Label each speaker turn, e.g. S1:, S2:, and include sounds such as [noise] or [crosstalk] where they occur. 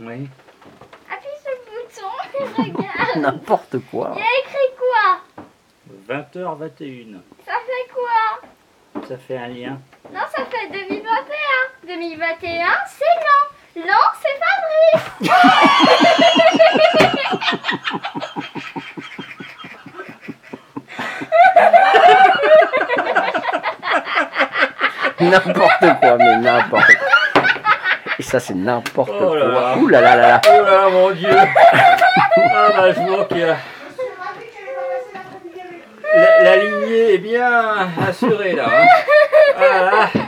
S1: Oui.
S2: Appuie sur le bouton, [laughs] regarde.
S3: [laughs] N'importe quoi.
S2: Il y a écrit quoi
S1: 20h21.
S2: Ça fait quoi
S1: Ça fait un lien.
S2: Non, ça fait 2021. 2021, c'est l'an. L'an, c'est Fabrice.
S3: N'importe quoi, mais n'importe quoi. Et ça, c'est n'importe
S1: Oh là
S3: quoi.
S1: là.
S3: Ouh là là là là.
S1: Oh là là, mon [laughs] dieu Ah bah je vois que la, la lignée est bien assurée là. hein. Ah là là.